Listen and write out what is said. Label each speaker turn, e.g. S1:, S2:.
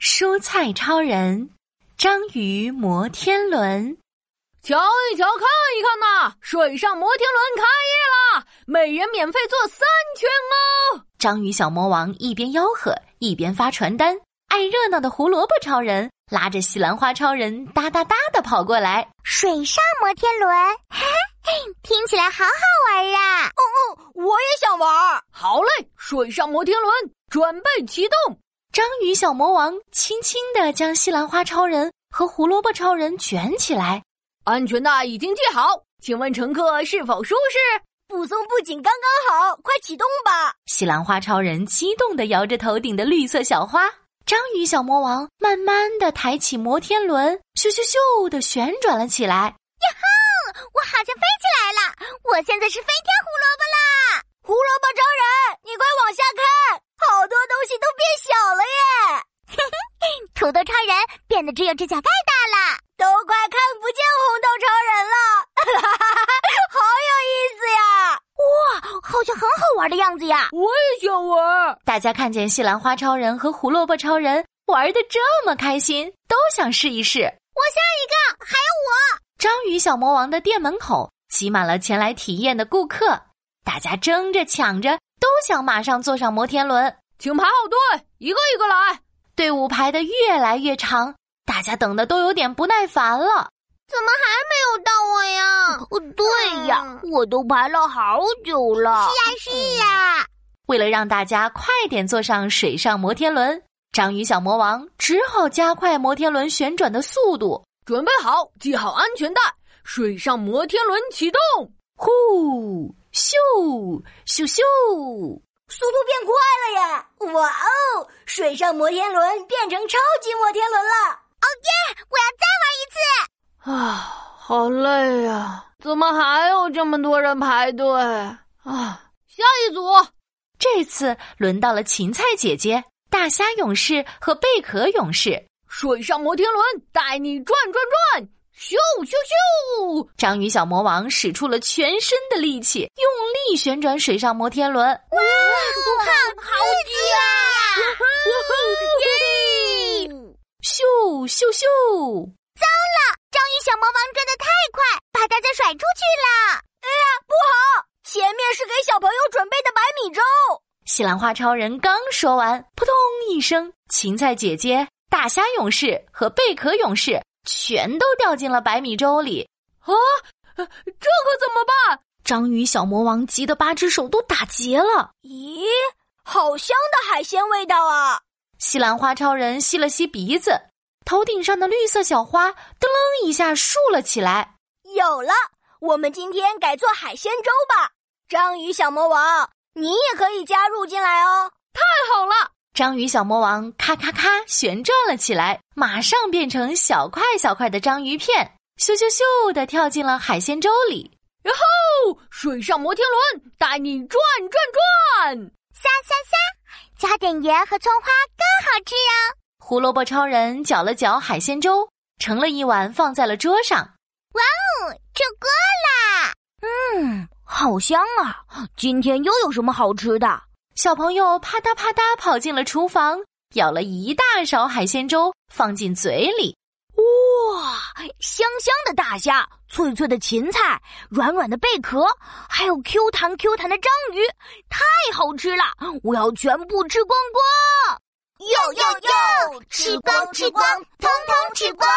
S1: 蔬菜超人、章鱼摩天轮。
S2: 瞧一瞧，看一看呐、水上摩天轮开业啦，每人免费坐三圈哦！
S1: 章鱼小魔王一边吆喝，一边发传单。爱热闹的胡萝卜超人拉着西兰花超人哒哒哒的跑过来。
S3: 水上摩天轮，哈哈，听起来好好玩啊！
S2: 我也想玩。好嘞，水上摩天轮准备启动。
S1: 章鱼小魔王轻轻地将西兰花超人和胡萝卜超人卷起来。
S2: 安全带已经系好，请问乘客是否舒适？
S4: 不松不紧刚刚好，快启动吧！
S1: 西兰花超人激动地摇着头顶的绿色小花。章鱼小魔王慢慢地抬起摩天轮，咻咻咻地旋转了起来。
S3: 我好像飞起来了，我现在是飞天胡萝卜啦！
S4: 胡萝卜超人，你快往下看，好多东西都变小了耶，
S3: 土豆超人变得只有指甲盖大了。
S4: 都快看不见红豆超人了， 好有意思呀！
S3: 好像很好玩的样子呀！
S2: 我也想玩。
S1: 大家看见西兰花超人和胡萝卜超人玩的这么开心，都想试一试。
S3: 我下一个，还
S1: 章鱼小魔王的店门口挤满了前来体验的顾客，大家争着抢着，都想马上坐上摩天轮。
S2: 请排好队，一个一个来。
S1: 队伍排得越来越长，大家等的都有点不耐烦了。
S3: 怎么还没有到我呀？
S4: 对呀
S3: 哦我都排了好久了。
S4: 啊
S3: 嗯是呀，是呀。
S1: 为了让大家快点坐上水上摩天轮，章鱼小魔王只好加快摩天轮旋转的速度。
S2: 准备好，系好安全带，水上摩天轮启动。
S1: 呼，咻，咻咻！
S4: 速度变快了耶！哇哦，水上摩天轮变成超级摩天轮了。
S3: 我要再
S2: 啊，好累啊！怎么还有这么多人排队啊？下一组，
S1: 这次轮到了芹菜姐姐、大虾勇士和贝壳勇士。
S2: 水上摩天轮带你转转转，咻咻咻！
S1: 章鱼小魔王使出了全身的力气，用力旋转水上摩天轮。
S3: 看，好挤呀！耶！
S1: 咻咻咻！
S3: 章鱼小魔王转的太快，把大家甩出去了。
S4: 前面是给小朋友准备的百米舟，
S1: 西兰花超人刚说完，扑通一声，芹菜姐姐、大虾勇士和贝壳勇士全都掉进了百米舟里。
S2: 这可怎么办？
S1: 章鱼小魔王急得八只手都打结了。
S4: 咦，好香的海鲜味道啊！
S1: 西兰花超人吸了吸鼻子，头顶上的绿色小花噔楞一下竖了起来。
S4: 有了，我们今天改做海鲜粥吧。章鱼小魔王，你也可以加入进来哦。
S2: 太好了，
S1: 章鱼小魔王咔咔咔旋转了起来，马上变成小块小块的章鱼片，咻咻咻的跳进了海鲜粥里。
S2: 哦，水上摩天轮带你转转转。
S3: 虾虾虾，加点盐和葱花更好吃呀、
S1: 胡萝卜超人搅了搅海鲜粥，盛了一碗放在了桌上。
S3: 出锅啦！
S4: 嗯，好香啊！今天又有什么好吃的？
S1: 小朋友啪嗒啪嗒跑进了厨房，舀了一大勺海鲜粥放进嘴里。
S4: 哇，香香的大虾，脆脆的芹菜，软软的贝壳，还有 Q 弹 Q 弹的章鱼，太好吃了！我要全部吃光光。
S3: 哟哟哟，吃光吃光，通通吃光！